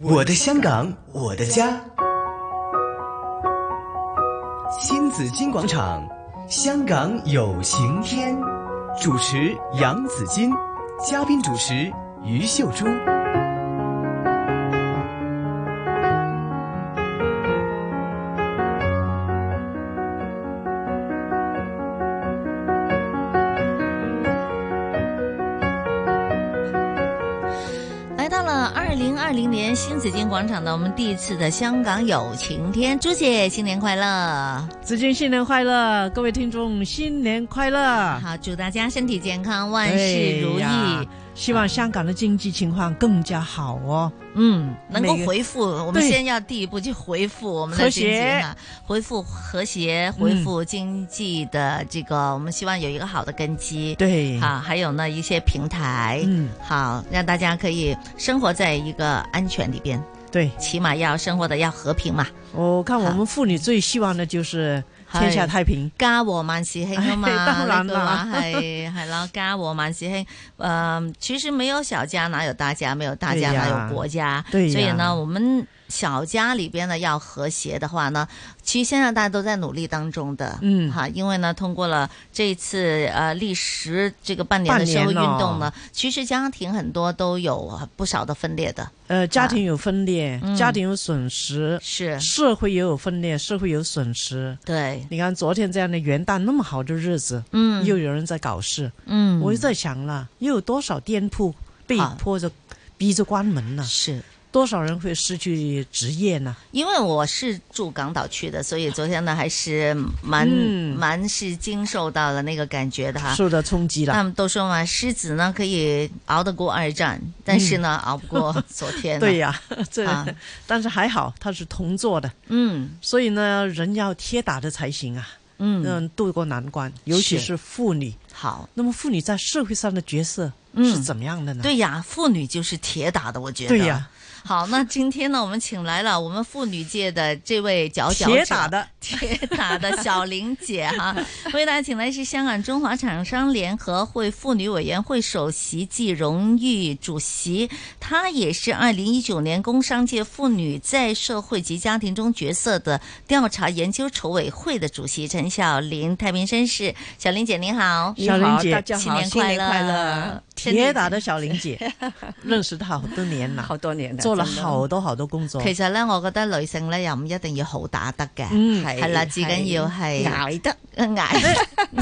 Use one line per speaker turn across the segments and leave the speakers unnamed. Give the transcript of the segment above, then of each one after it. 我的香港，我的家。新紫金广场，香港有晴天。主持杨紫金，嘉宾主持于秀珠。
来到了二零二零年新紫金广场的我们第一次的香港有晴天，朱姐新年快乐！
子君新年快乐，各位听众新年快乐，
好，祝大家身体健康，万事如
对哎呀
意。
希望香港的经济情况更加好哦。
嗯，能够
每个
回复，我们
对
先要第一步去回复我们的
和
经济
谐嗯
哈，回复和谐，回复经济的这个，我们希望有一个好的根基。
对，
好，还有呢一些平台，
嗯，
好，让大家可以生活在一个安全里边，
对，
起码要生活的要和平嘛。
我看我
好
们妇女最希望的就是
嗨
天下太平。
家和萬事興啊嘛，
哎當然啦
呢句話係係啦，家和萬事興。嗯，其實沒有小家哪有大家，沒有大家
對呀
哪有國家。
對呀
所以呢，我們小家裏邊呢要和諧的話呢，其實現在大家都在努力當中的。
嗯
哈，因為呢，通過了這一次呃歷時這個半年的
半
社
年
會運動
咯
呢，其實家庭很多都有呃不少的分裂的。
呃，家庭有分裂，
嗯
家庭有损失，
是，
社会也有分裂，社会有损失。
對，
你看昨天这样的元旦那么好的日子，
嗯，
又有人在搞事，
嗯，
我就在想了，又有多少店铺被
好
迫着逼着关门呢？
是。
多少人会失去职业呢？
因为我是住港岛区的，所以昨天呢还是蛮、
嗯
蛮是经受到了那个感觉的哈。
受到冲击了。
他们都说嘛，狮子呢可以熬得过二战，但是呢、熬不过昨天。
嗯 对、呀、这、
啊
但是还好，它是铜做的，
嗯
所以呢，人要铁打的才行啊，
嗯，
嗯，渡过难关，尤其
是
是妇女。
好，
那么妇女在社会上的角色是
嗯
怎么样的呢？
对呀，妇女就是铁打的，我觉得。
对呀、
好，那今天呢，我们请来了我们妇女界的这位佼佼者
铁打的，
铁打的小玲姐哈，为大家请来是香港中华厂商联合会妇女委员会首席暨荣誉主席，她也是二零一九年工商界妇女在社会及家庭中角色的调查研究筹委会的主席陈小玲，太平绅士，小玲姐您好，
小玲姐
大家好，
新年
新
快
年
乐，
快
啊
乐，
身体
铁打的小玲 姐，认识她好多年了，
好多年了，
做了
真的
好多好多工作。
其實咧，我覺得女性咧又唔一定要好打得嘅，
嗯
係啦，至緊要係
捱得，
捱，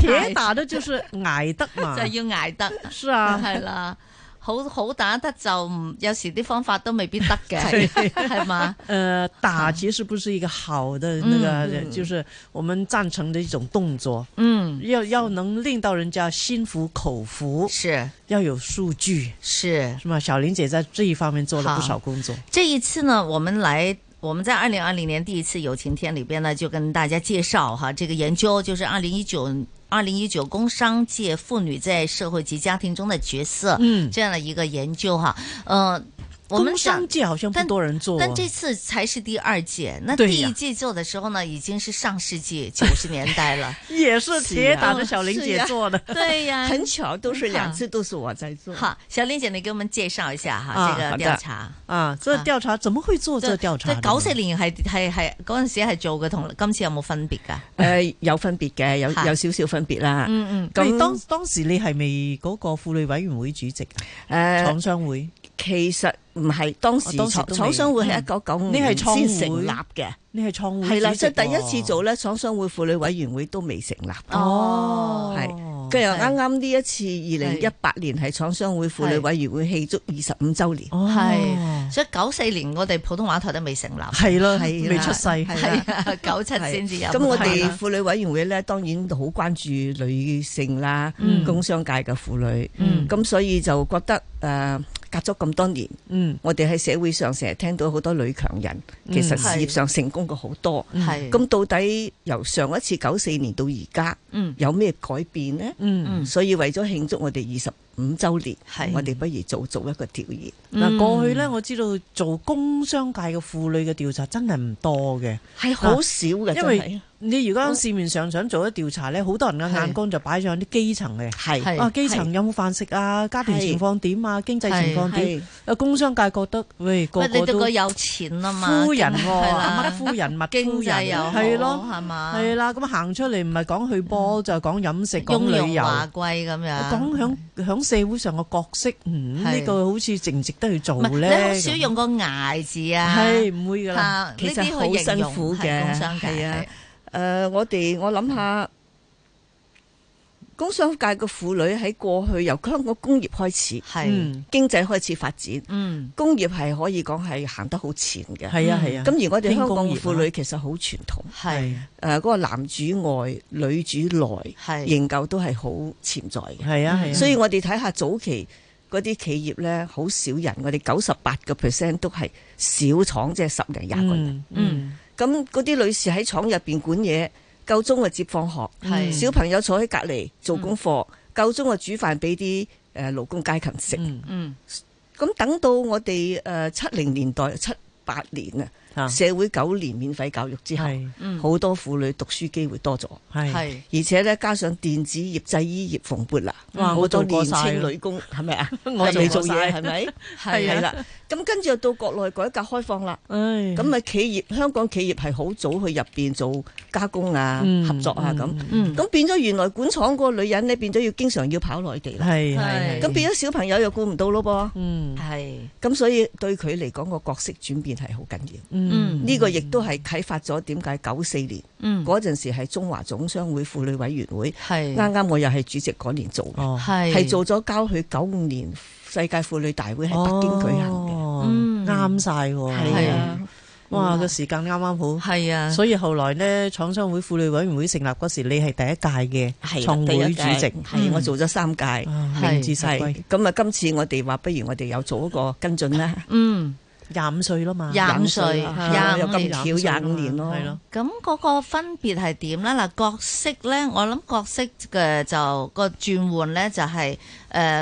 铁打的就是挨得 嘛
就，要捱 得，
是啊，
係啦。好好打得就唔，有時啲方法都未必得嘅，係嘛？
呃，打其实不是一个好的那个，呃
嗯
就是我们赞成的一种动作，
嗯，
要要能令到人家心服口服，
是
要有数据，
是。
是吗？小玲姐在这一方面做了不少工作，
这一次呢，我们来。我们在二零二零年第一次有晴天里边呢，就跟大家介绍哈，这个研究就是二零一九二零一九工商界妇女在社会及家庭中的角色，
嗯
这样的一个研究哈，呃，我们
工
想
商界好像不多人做、啊
但这次才是第二届，那
对
第
呀
一届做的时候呢，已经是上世纪九十年代了。
也是铁打
是啊啊
的小玲姐做的。
对呀
很巧，都是两次都是我在做。
好，小玲姐，你给我们介绍一下哈，
嗯啊
这
好
个
的
調查。
啊，这调查怎么会做这调查
即
呢？
九四年係係係嗰陣時係做嘅，同今次有冇分別㗎？
誒呃有分別嘅，有
嚇
有少少分別啦。
嗯
你
咁
當當時你係咪嗰個婦女委員會主席啊？
誒
廠商會
呃其實唔係當時
哦當時
廠
都未嗯
廠商會係一九九五
你係
年
創
先
會
成立嘅，
你係創會
係啦，
主
即
席哦
係第一
喎
次做咧，廠商會婦女委員會都未成立。
哦，
係
係
跟住
係
啱啱呢一次二零一八年係廠商會婦女
係
委員會慶祝二十五週年。
哦
係所以九四年我哋普通話台都未成立，
係啦，
係啦
未出世，
係啦
係啊，九七
係
先至有。啊
咁我
係
哋
啦
婦女委員會咧，當然好關注女性啦，
嗯
工商界嘅婦女。
嗯
咁所以就覺得誒、呃隔咗咁多年，
嗯，
我哋喺社會上成日聽到好多女強人，其實
嗯
事業上成功過好多。
係
咁到底由上一次九四年到而家
嗯
有咩改變呢？
嗯
嗯
所以為咗慶祝我哋二十五周年
係，
我哋不如做做一個調研。
嗯
嗱，過去咧我知道做工商界嘅婦女嘅調查真係唔多嘅，
係好少嘅，
因
真
為
係
你如果喺市面上想做一調查咧，好多人嘅眼光就擺上啲基層嘅。
係
係
啊，基層有冇飯食啊？家庭情況點啊？經濟情況點？
係
啊，工商界覺得喂個
喂，你
個
哋
都
個有錢啊嘛，
夫人
係
喎，
啦
乜 夫人物
經
夫人
濟又好啊
係咯，
係嘛，
係啊啦，咁行出嚟唔係講去
嗯
波就係講飲食，講
雍
旅
容
遊。
華貴咁
啊
樣。
講響響社會上嘅角色，嗯，
係
呢個好似值唔值得去做
唔係
咧？
你好少用個捱字啊，
係唔會㗎啦。
啊，
其實
呢啲去形容
好辛苦
係
嘅
工商界
係啊誒，我哋我諗下。工商界嘅婦女喺過去由香港工業開始，
係，
嗯，
經濟開始發展，
嗯，
工業係可以講係行得好前嘅。
係啊係啊。
嗯咁而我哋香
輕工
港
業啊
婦女其實好傳統，
係
誒嗰個男主外女主內
係
仍舊都係好潛在嘅。
係啊
嗯
係啊，
所以我哋睇下早期嗰啲企業咧，好少人，我哋九十八個 percent 都係小廠，即係十零廿個人。
嗯嗯
咁嗰啲女士喺廠入邊管嘢，夠鐘就接放學，
嗯
係嗯
小朋友坐喺隔離做功課，夠鐘啊就煮飯俾啲誒勞工階層食。
嗯
嗯
咁等到我哋誒七零年代七八年
啊
啊，社會九年免費教育之後，
係
嗯
好多婦女讀書機會多咗。
係
係
而且咧，加上電子業、製衣業蓬勃啦，
哇
好多
我做過
年
晒
青女工係咪啊？
我
入嚟
做過
做
晒啊
嘢係咪？
係
係啦，咁跟住又到國內改革開放啦，
唉
咁咪企業香港企業係好早去入邊做加工啊、
嗯
合作啊咁，
嗯
咁變咗原來管廠嗰個女人咧變咗要經常要跑內地啦，
係
係
係
嗯咁變咗小朋友又顧唔到咯噃，
嗯
係
咁所以對佢嚟講個角色轉變係好緊要，
嗯
呢個亦都係啟發咗點解九四年
嗯
嗰陣時係中華總商會婦女委員會，
係
啱啱我又係主席嗰年做嘅。
哦
係
係做咗交去九五年世界婦女大
哦
會喺北京舉行
嗯
嘅哦啱晒喎，
嘅，
係
係
啊
啊，
哇個時間啱啱好。
係啊，
所以後來呢，廠商會婦女委員會成立嗰時，你係第一屆嘅
係
創會主席，
係我做咗三屆，
啊
係
名至實歸
係，咁啊，今次我哋話不如我哋有做一個跟進啦，
嗯
廿五歲啦嘛，
廿五歲
啊
廿
有
五年
咁。巧廿五年咯
係咯，
咁嗰個分別係點咧？嗱，角色咧，我諗角色嘅就個轉換咧，就係、誒、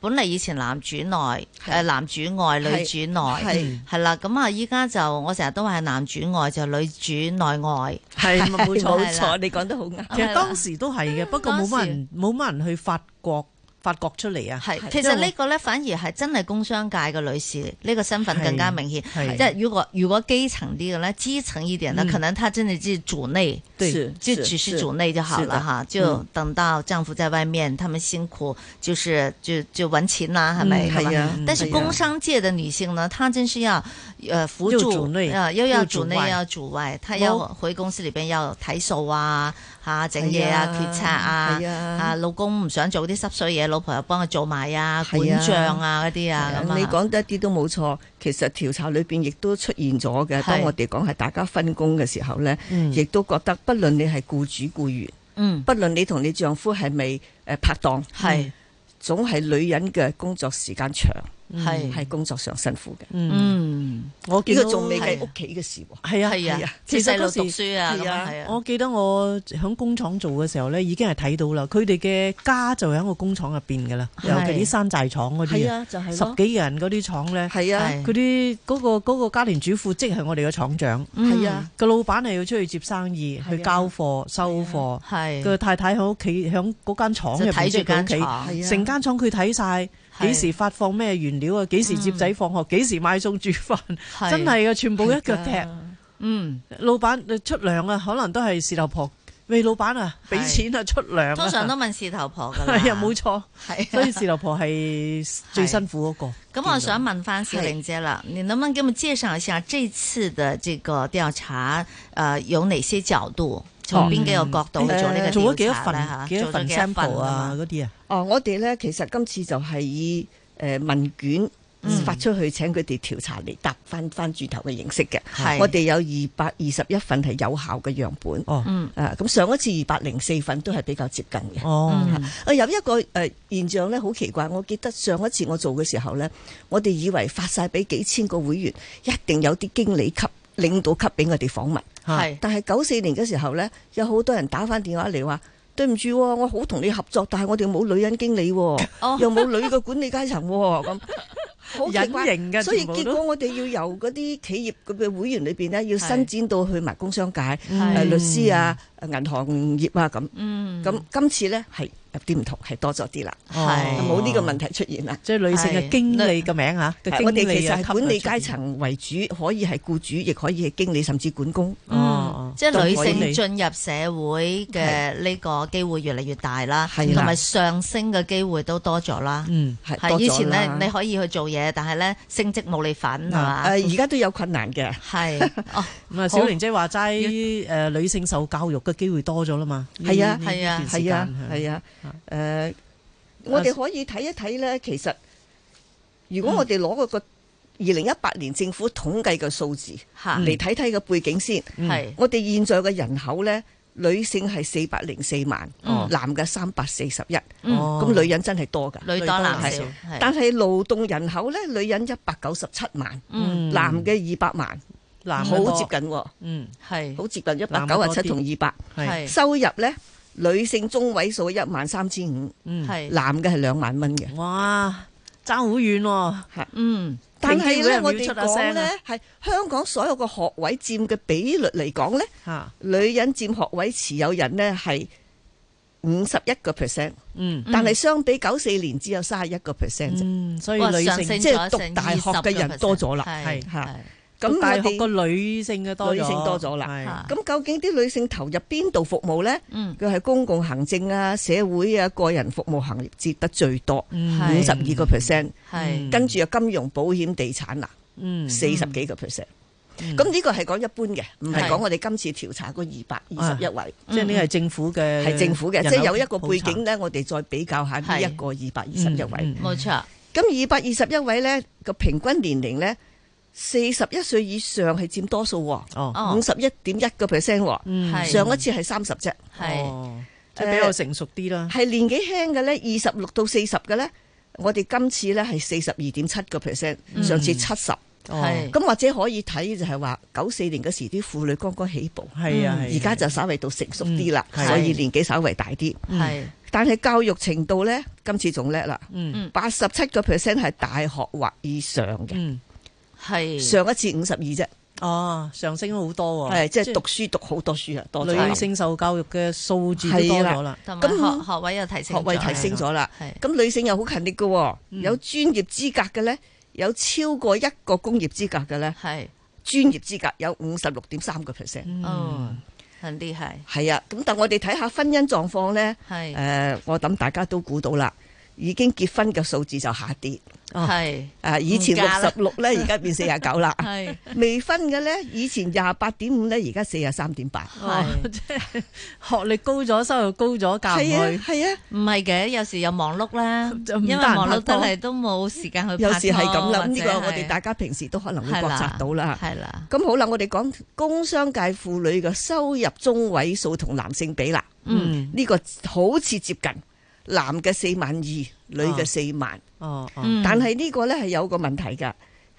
本嚟以前男主內，誒、
係
男主外，女主內，
係
係啦。咁啊，依家就我成日都話係男主外，就女主內外，
係咪 冇錯。
冇
係啦
錯，你講得好啱，
其實當時都係嘅，不過冇乜人冇乜人去法國法國出嚟啊。
係。
係
其
因
實
為我
呢個咧，反而係真係工商界嘅女士呢、個身份更加明顯。
係
即係如果如果基層啲嘅咧，基層一點呢，
嗯
可能她真的是主內。
對
是
就只是主内就好
是
了
的
哈，就等到丈夫在外面，他们辛苦就是就就文琴啦，还没
嗯
好吧
是呀
但是
嗯
工商界的女性呢，她真是要呃扶
又
助
主内
啊，又要
又
主
主
内
外
又要主外，她要
冇
回公司里边要睇數啊，吓整嘢
係
啊，決策啊
係。
啊，
啊，
嗯
老公唔想做啲濕碎嘢，老婆又幫佢做埋啊，
係
管
呀
帳啊嗰啲啊，咁啊
你講得一啲都冇錯，其實調查裏邊亦都出現咗嘅。當
係
我哋講係大家分工嘅時候咧，
嗯
亦都覺得，不論你係僱主僱員，
嗯
不論你同你丈夫係咪誒拍檔，
係
總係女人嘅工作時間長，
係
係工作上辛苦嘅。
嗯，
嗯
我記
呢
得
個仲未計
係
屋企嘅事喎。
係啊
係
係
啊
啊，
即
其
細
實
路
嗰時
讀書啊，咁
係啊
啊係啊，
我記得我喺工廠做嘅時候咧，已經係睇到啦，佢哋嘅家就喺個工廠入邊㗎啦，
係
尤其啲山寨廠嗰啲
係
啊，
啊，就係
十
咯。
幾人嗰啲廠咧，
係啊，
係
佢啲嗰個嗰個家庭主婦即係我哋嘅廠長，
嗯
係啊，
個老闆係要出去接生意，
係啊
去交貨收貨，
係啊
個太太喺屋企喺嗰間廠
就
入邊
睇
即
住
係
間
佢屋企。
廠，
係啊，
成間廠佢睇晒幾時發放咩原料啊，幾時接仔放學，幾時買餸煮飯，
嗯係
真係嘅，全部一腳踢。
嗯，
老闆你出糧啊，可能都係事頭婆。喂，老闆啊，
係
俾錢啊，出糧啊。
通常都問事頭婆噶啦，
係啊，冇錯。
係
所以事頭婆係最辛苦嗰
咁我想問翻小玲姐啦，你能不能給我們介紹一下這次的這個調查，呃，有哪些角度，從邊幾個角度去做呢個
個。哦做咗幾
調
多
查
份
呢嚇？
幾多份
做咗幾多
sample
份
啊？
嘛？
嗰啲啊，
哦，我哋咧其實今次就係以誒問卷
嗯
發出去，請佢哋調查嚟答翻翻轉頭嘅形式嘅。
係
我哋有二百二十一份係有效嘅樣本。
哦
嗯
啊，咁上一次二百零四份都係比較接近嘅。
哦，
嗯
啊，有一個誒、呃、現象咧，好奇怪。我記得上一次我做嘅時候咧，我哋以為發晒俾幾千個會員，一定有啲經理級、領導級俾我哋訪問。
嚇
係
但係九四年嘅時候咧，有好多人打翻電話嚟話，對唔住喎，我好同你合作，但係我哋冇女人經理喎，
哦
又冇女嘅管理階層喎， 咁好奇怪
隱形嘅
所以
全部都
結果我哋要由嗰啲企業嘅會員裏邊咧，要
係
伸展到去埋工商界、
嗯
誒律師啊、誒銀行業啊咁。
嗯，
咁今次咧係有啲唔同，係多咗啲啦，
係
冇呢個問題出現啦。
即係女性嘅經理嘅名嚇，個
係我哋
經理
其
啊
實係
級
管理
別出現
階層為主，可以係僱主，亦可以係經理，甚至管工。
嗯
哦，
即係女
當
性
然
進入社會嘅呢個機會越嚟越大啦，
係
同
啦
埋上升嘅機會都多咗啦。
嗯。
係
係
多
以
咗
前咧，
啦。
你可以去做嘢，但係咧升職冇你份係嘛？
呃誒而家都有困難嘅，
係 哦，
咁啊，小玲姐話齋誒女性受教育嘅機會多咗啦嘛，呢
係啊
呢呢
係啊
段時
係
間
啊係啊
啊，
誒我哋可以睇一睇咧，其實如果我哋攞嗰個二零一八年政府統計嘅數字
嚇
嚟睇睇個背景先，
係
我哋現在嘅人口咧，女性係四百零四萬，
嗯
男嘅三百四十一，
嗯，
哦
哦咁女人真係多㗎。
女多男少
女多
係
男，
但係勞動人口咧，女人一百九十七萬，
嗯
嗯
男嘅二百萬，
男
好
嘅多
接，近喎，
嗯
係
好接近一百九十七同二百。
係
係
收入咧，女性中位數一萬三千五，
嗯，
係
男嘅係兩萬蚊嘅。
哇，爭好遠喎，
嗯
但係咧，
平機會係咪要
我哋
出下
講
聲啊
咧係香港所有嘅學位佔嘅比率嚟講咧，
嚇，
女人佔學位持有人咧係五十一個 percent，
嗯
但係相比九四年只有三十一個 percent 啫。
嗯，所以
哇
女
上
性
升
即係
咗
讀
成
大學嘅人
20%
多咗啦
係
係嚇
係
咁
大
我
學個
哋
女性嘅多咗，
女性多咗啦
係
嚇
咁究竟啲女性投入邊度服務咧？
嗯
佢係公共行政啊、社會啊、個人服務行業佔得最多，
嗯
五
係
十二個 percent，
係
嗯
跟住又金融、保險、地產啦，
嗯
四十幾個 percent。
嗯
咁呢個係講一般嘅，唔係
係
講我哋今次調查嗰二百二十一位。
即係呢個係政府嘅，
嗯係政府嘅，即係有一個背
人口
景咧，我哋再比較下呢一個二百二
普查嗯
十一位。
冇錯，
咁二百二十一位咧個平均年齡咧，四十一歲以上係佔多數喎，
哦，
哦
五十一點一個 percent 喎。
嗯
係
上一次係三十啫，
係
哦即係比較成熟啲啦，
係年紀輕嘅咧，二十六到四十嘅咧，我哋今次咧係四十二點七個 percent，上次七十。
哦
係
咁或者可以睇就係話九四年嗰時啲婦女剛剛起步，
係啊，係啊
嗯而家就稍微到成熟啲啦，
嗯係
所以年紀稍微大啲。
係
但係教育程度咧，今次仲叻啦。
嗯
八十七個 percent 係大學或以上嘅，
嗯
係
上一次五十二啫，
哦上升咗好多喎，
係即係讀書讀好多書啊，多咗
女性受教育嘅數字都多咗啦，
同埋
咁
學學位又提升
學
咗，
位提升咗啦。
係
咁女性又好勤力嘅喎，
嗯
有專業資格嘅咧，有超過一個工業資格嘅咧，
係
專業資格有五十六點三個 percent。
嗯，很厲害，
係啊，咁但我哋睇下婚姻狀況咧，誒、
係
我諗大家都估到啦，已經結婚嘅數字就下跌。誒、哦
係
啊以前
唔
六
嫁啦
十六咧，而家變四十九啦。
係
未婚嘅咧，以前廿八點五咧，而家四十三點八。
係。
哦即係學歷高咗，收入高咗，嫁唔
係啊
去，
係啊，
唔係嘅，有時又忙碌 啦，
就唔得
因為
閒拍
忙碌得
拖
嚟都冇時間去拍拖。
有時係咁
或
諗，
者
呢個我哋
係
大家平時都可能會
係
覺察到啦。
係啦，
咁好啦，我哋講工商界婦女嘅收入中位數同男性比啦，
嗯，
呢個好似接近，男嘅四萬二，女嘅四萬，
哦，哦
嗯
但係呢個咧係有個問題㗎，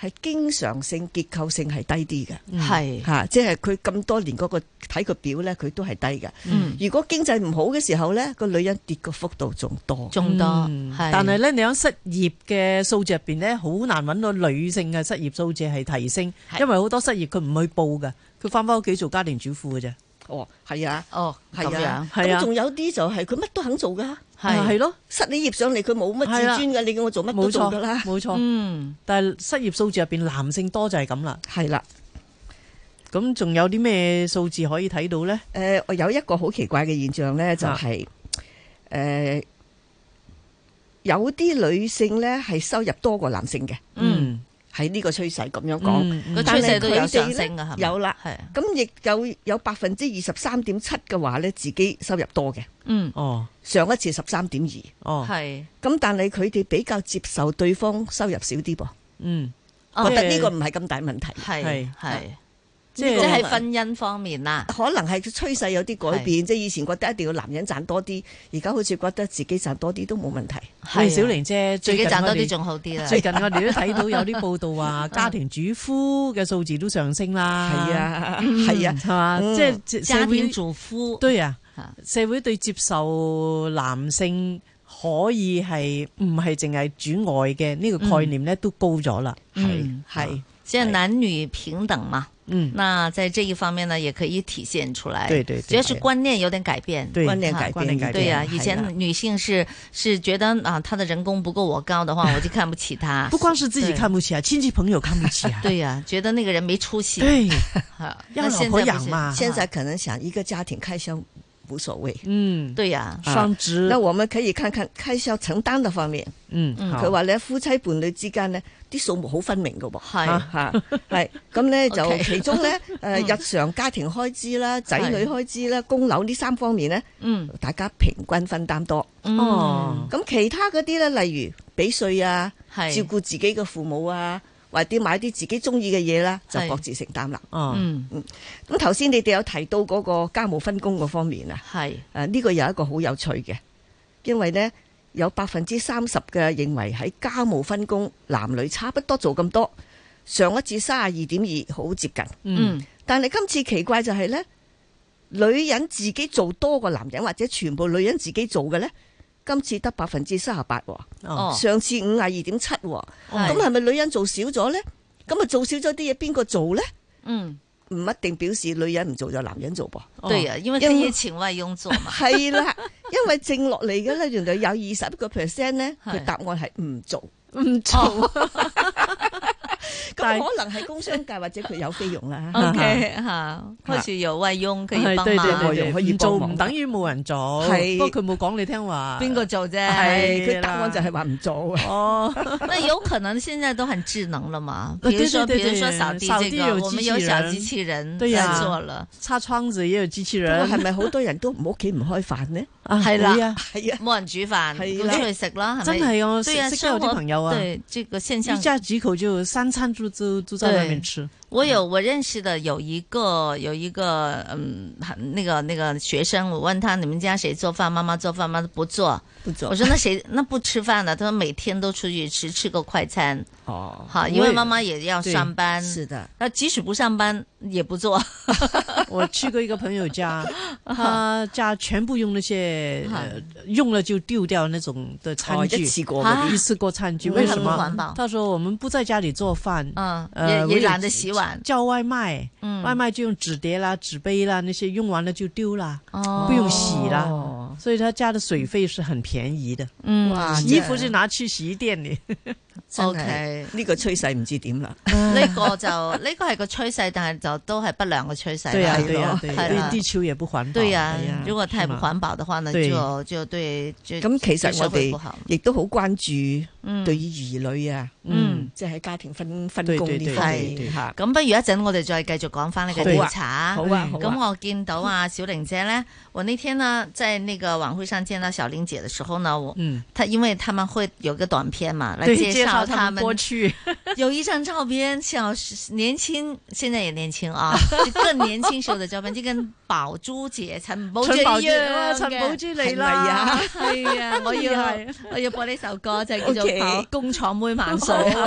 係經常性結構性係低啲嘅。
係
吓、即係佢咁多年嗰、個睇個表咧，佢都係低嘅。
嗯
如果經濟唔好嘅時候咧，個女人跌個幅度仲多。
仲多
嗯
係，
但係咧，你喺失業嘅數字入邊咧，好難揾到女性嘅失業數字係提升，因為好多失業佢唔去報㗎，佢翻返屋企做家庭主婦嘅啫，
哦，係啊，
哦咁
係
樣
啊，
係啊
咁仲有啲就係佢乜都肯做噶，
啊
係
係咯，
失你業上嚟佢冇乜自
係啦
尊噶，你叫我做乜
冇
都做
錯
噶啦，
冇錯。
嗯
但係失業數字入邊男性多就係咁啦，
係啦。
咁仲有啲咩數字可以睇到咧？
誒，我有一個好奇怪嘅現象咧，就
啊
係誒有啲女性咧係收入多過男性嘅，
嗯，
喺呢個趨勢咁樣講。
嗯
個
嗯
趨勢都有
但係佢哋
上
呢
升㗎，係咪
有啦
係啊
咁亦有有百分之二十三點七嘅話咧，自己收入多嘅，
嗯
哦
上一次十三點二。
哦，
係，
咁但係佢哋比較接受對方收入少啲噃，
嗯，
哦
覺得呢個唔係咁大問題。
係
係
係，
即
即
呢個
係
係
婚姻方面啦，
可能係趨勢有啲改變，即係以前覺得一定要男人賺多啲，而家好似覺得自己賺多啲都冇問題。
係
喂
啊
小玲姐
自
最
己
近
賺多
我哋
啲仲好啲啦，
最近我哋都睇到有啲報道話，家庭主夫嘅數字都上升啦。
係，啊，係啊，
係嘛，
嗯
即係社
家
會
庭主夫
對啊，
嚇
社會對接受男性可以係唔係淨係主外嘅呢個概念咧都高咗啦，
嗯
係
即係男女平等嘛。
嗯，
那在這一方面呢，也可以體現出來。
對對對
主要是觀念有點改變。
對，
觀念改
觀念
變
改
對呀、
變，
啊以
係啦
前女性是是覺得啊，她的人工不夠我高的話，我就看不起她
不。光是自己
對
看不起啊，親戚朋友看不起 啊，
对呀、觉得那個人沒出息。
對，
哈
要
那
老
現
婆
在不
養
是
嘛，
现在可能想一个家庭开销无所谓，
嗯，
對呀、
啊
雙職，
那我們可以看看開銷承擔嘅方面，
嗯，
嗯
好
佢話咧夫妻伴侶之間呢啲數目好分明嘅喎。
係
啊
吓，係咁 咧就
OK 嗯
其中咧，诶日常家庭開支啦、仔女開支啦、供樓呢三方面咧，
嗯
大家平均分擔多。
嗯
哦
咁其他嗰啲咧，例如俾税啊、照
係
顧自己嘅父母啊，或者買啲自己中意嘅嘢啦，就
係
各自承擔啦。
哦，
嗯
咁頭先你哋有提到嗰個家務分工嗰方面啊，
係
誒、呢個有一個好有趣嘅，因為呢，有百分之三十嘅認為喺家務分工男女差不多做咁多，上一次三十二點二好接近，
嗯
但係今次奇怪就係呢，女人自己做多過男人，或者全部女人自己做嘅呢，今次得百分之三十八喎。
哦
上次五廿二點七喎，
係
哦
咁係咪女人做少咗呢？咁啊做少咗啲嘢，邊個做呢？
嗯
唔一定表示女人唔做就男人做噃，
哦
對呀、因為
因
可
為
以請外佣做嘛。
係啦，因為剩落嚟嘅咧，原來有二十一個 percent 咧，
係
佢答案係唔做，
唔做，但
咁
係
可能係工商界或者佢有費用啊 啦。
哦 OK 哈，或許有外佣可以
係
幫
對對
忙
外，
對
傭可
對，
以
唔做
幫忙
唔等於冇人做，
係
不過佢冇講你聽話，
邊個做啫？
係
係啦
佢答案就係話唔做啊。
哦，
那有可能现在都很智能了嘛？
呃
比如说，
对
比
对对
如说扫地
扫
这
地
个
有，
我
机
们
器
有小
人
机器人
对呀
在做 了，
擦窗子也有機器
不過
人，
係咪好多人都唔屋企唔開飯呢？
啊
係啦
會啊
係啊，
冇人煮饭，
係
咁
啦
出去食啦，
真
系咪？
係啊我識
对呀，
識得有
生
啲
活
朋友啊，
对这个现象
一，家幾口就三餐都都都在
對
外面吃，
我有我认识的有一个有一个嗯，很那个那个学生，我问他你们家谁做饭？妈妈做饭吗？不做。
不做
我说那谁那不吃饭的？他说每天都出去吃，吃个快餐。
哦，
好，因
我
为
也
妈妈也要
对
上班，
是的，
那即使不上班也不做。
我去过一个朋 友家，他家全部用那些、呃用了就丢掉那种的餐
哦
具，
一次過嗰
啊
啲
一次过餐 具。
嗯
为什
很不环保
么？他说我们不在家里做饭，
嗯，
呃
也
我
也
也
懒得洗碗。
叫外卖，
嗯，
外卖就用纸碟啦、纸杯啦那些，用完了就丢啦，
哦
不用洗啦。
哦
所以他家的水费是很便宜的，
嗯
哇
衣服就拿去洗衣店里。
真係
OK，
呢個趨勢唔知點啦。
呢個就呢個係個趨勢，但係就都係不良嘅趨勢啦。
对呀、
係咯
对呀、对、
係啦
对地球也不环保。哎
對呀
係啊，
如果太
是
不
嗎
環保的話呢，
對
就就對就
咁其實我
對社會不
哋
好
亦都好關注
嗯
對於兒女啊，
嗯。
即係喺家庭分分
對
工
對
呢
對
方
對
面
對
嚇。
咁不如一陣我哋再繼續講翻呢個
好啊
調查。
好啊，好啊。
咁我見到啊，小玲姐呢，我那天呢，在那個晚會上見到小玲姐的時候呢，我
嗯，
她因為他們會有個短片嘛，來
对，
介
介
紹
绍
他
他们
們
过 去。
有一张照片，小时年轻，现在也年轻 啊，就更年轻时候的照片，就跟宝珠姐、陳寶珠一
陳寶珠
樣
啊，陳 寶
嘅。
珠嚟
係咪
啦
啊！
係啊，我要
係
我要播呢首歌，就係叫做《
OK
寶工廠妹萬歲》。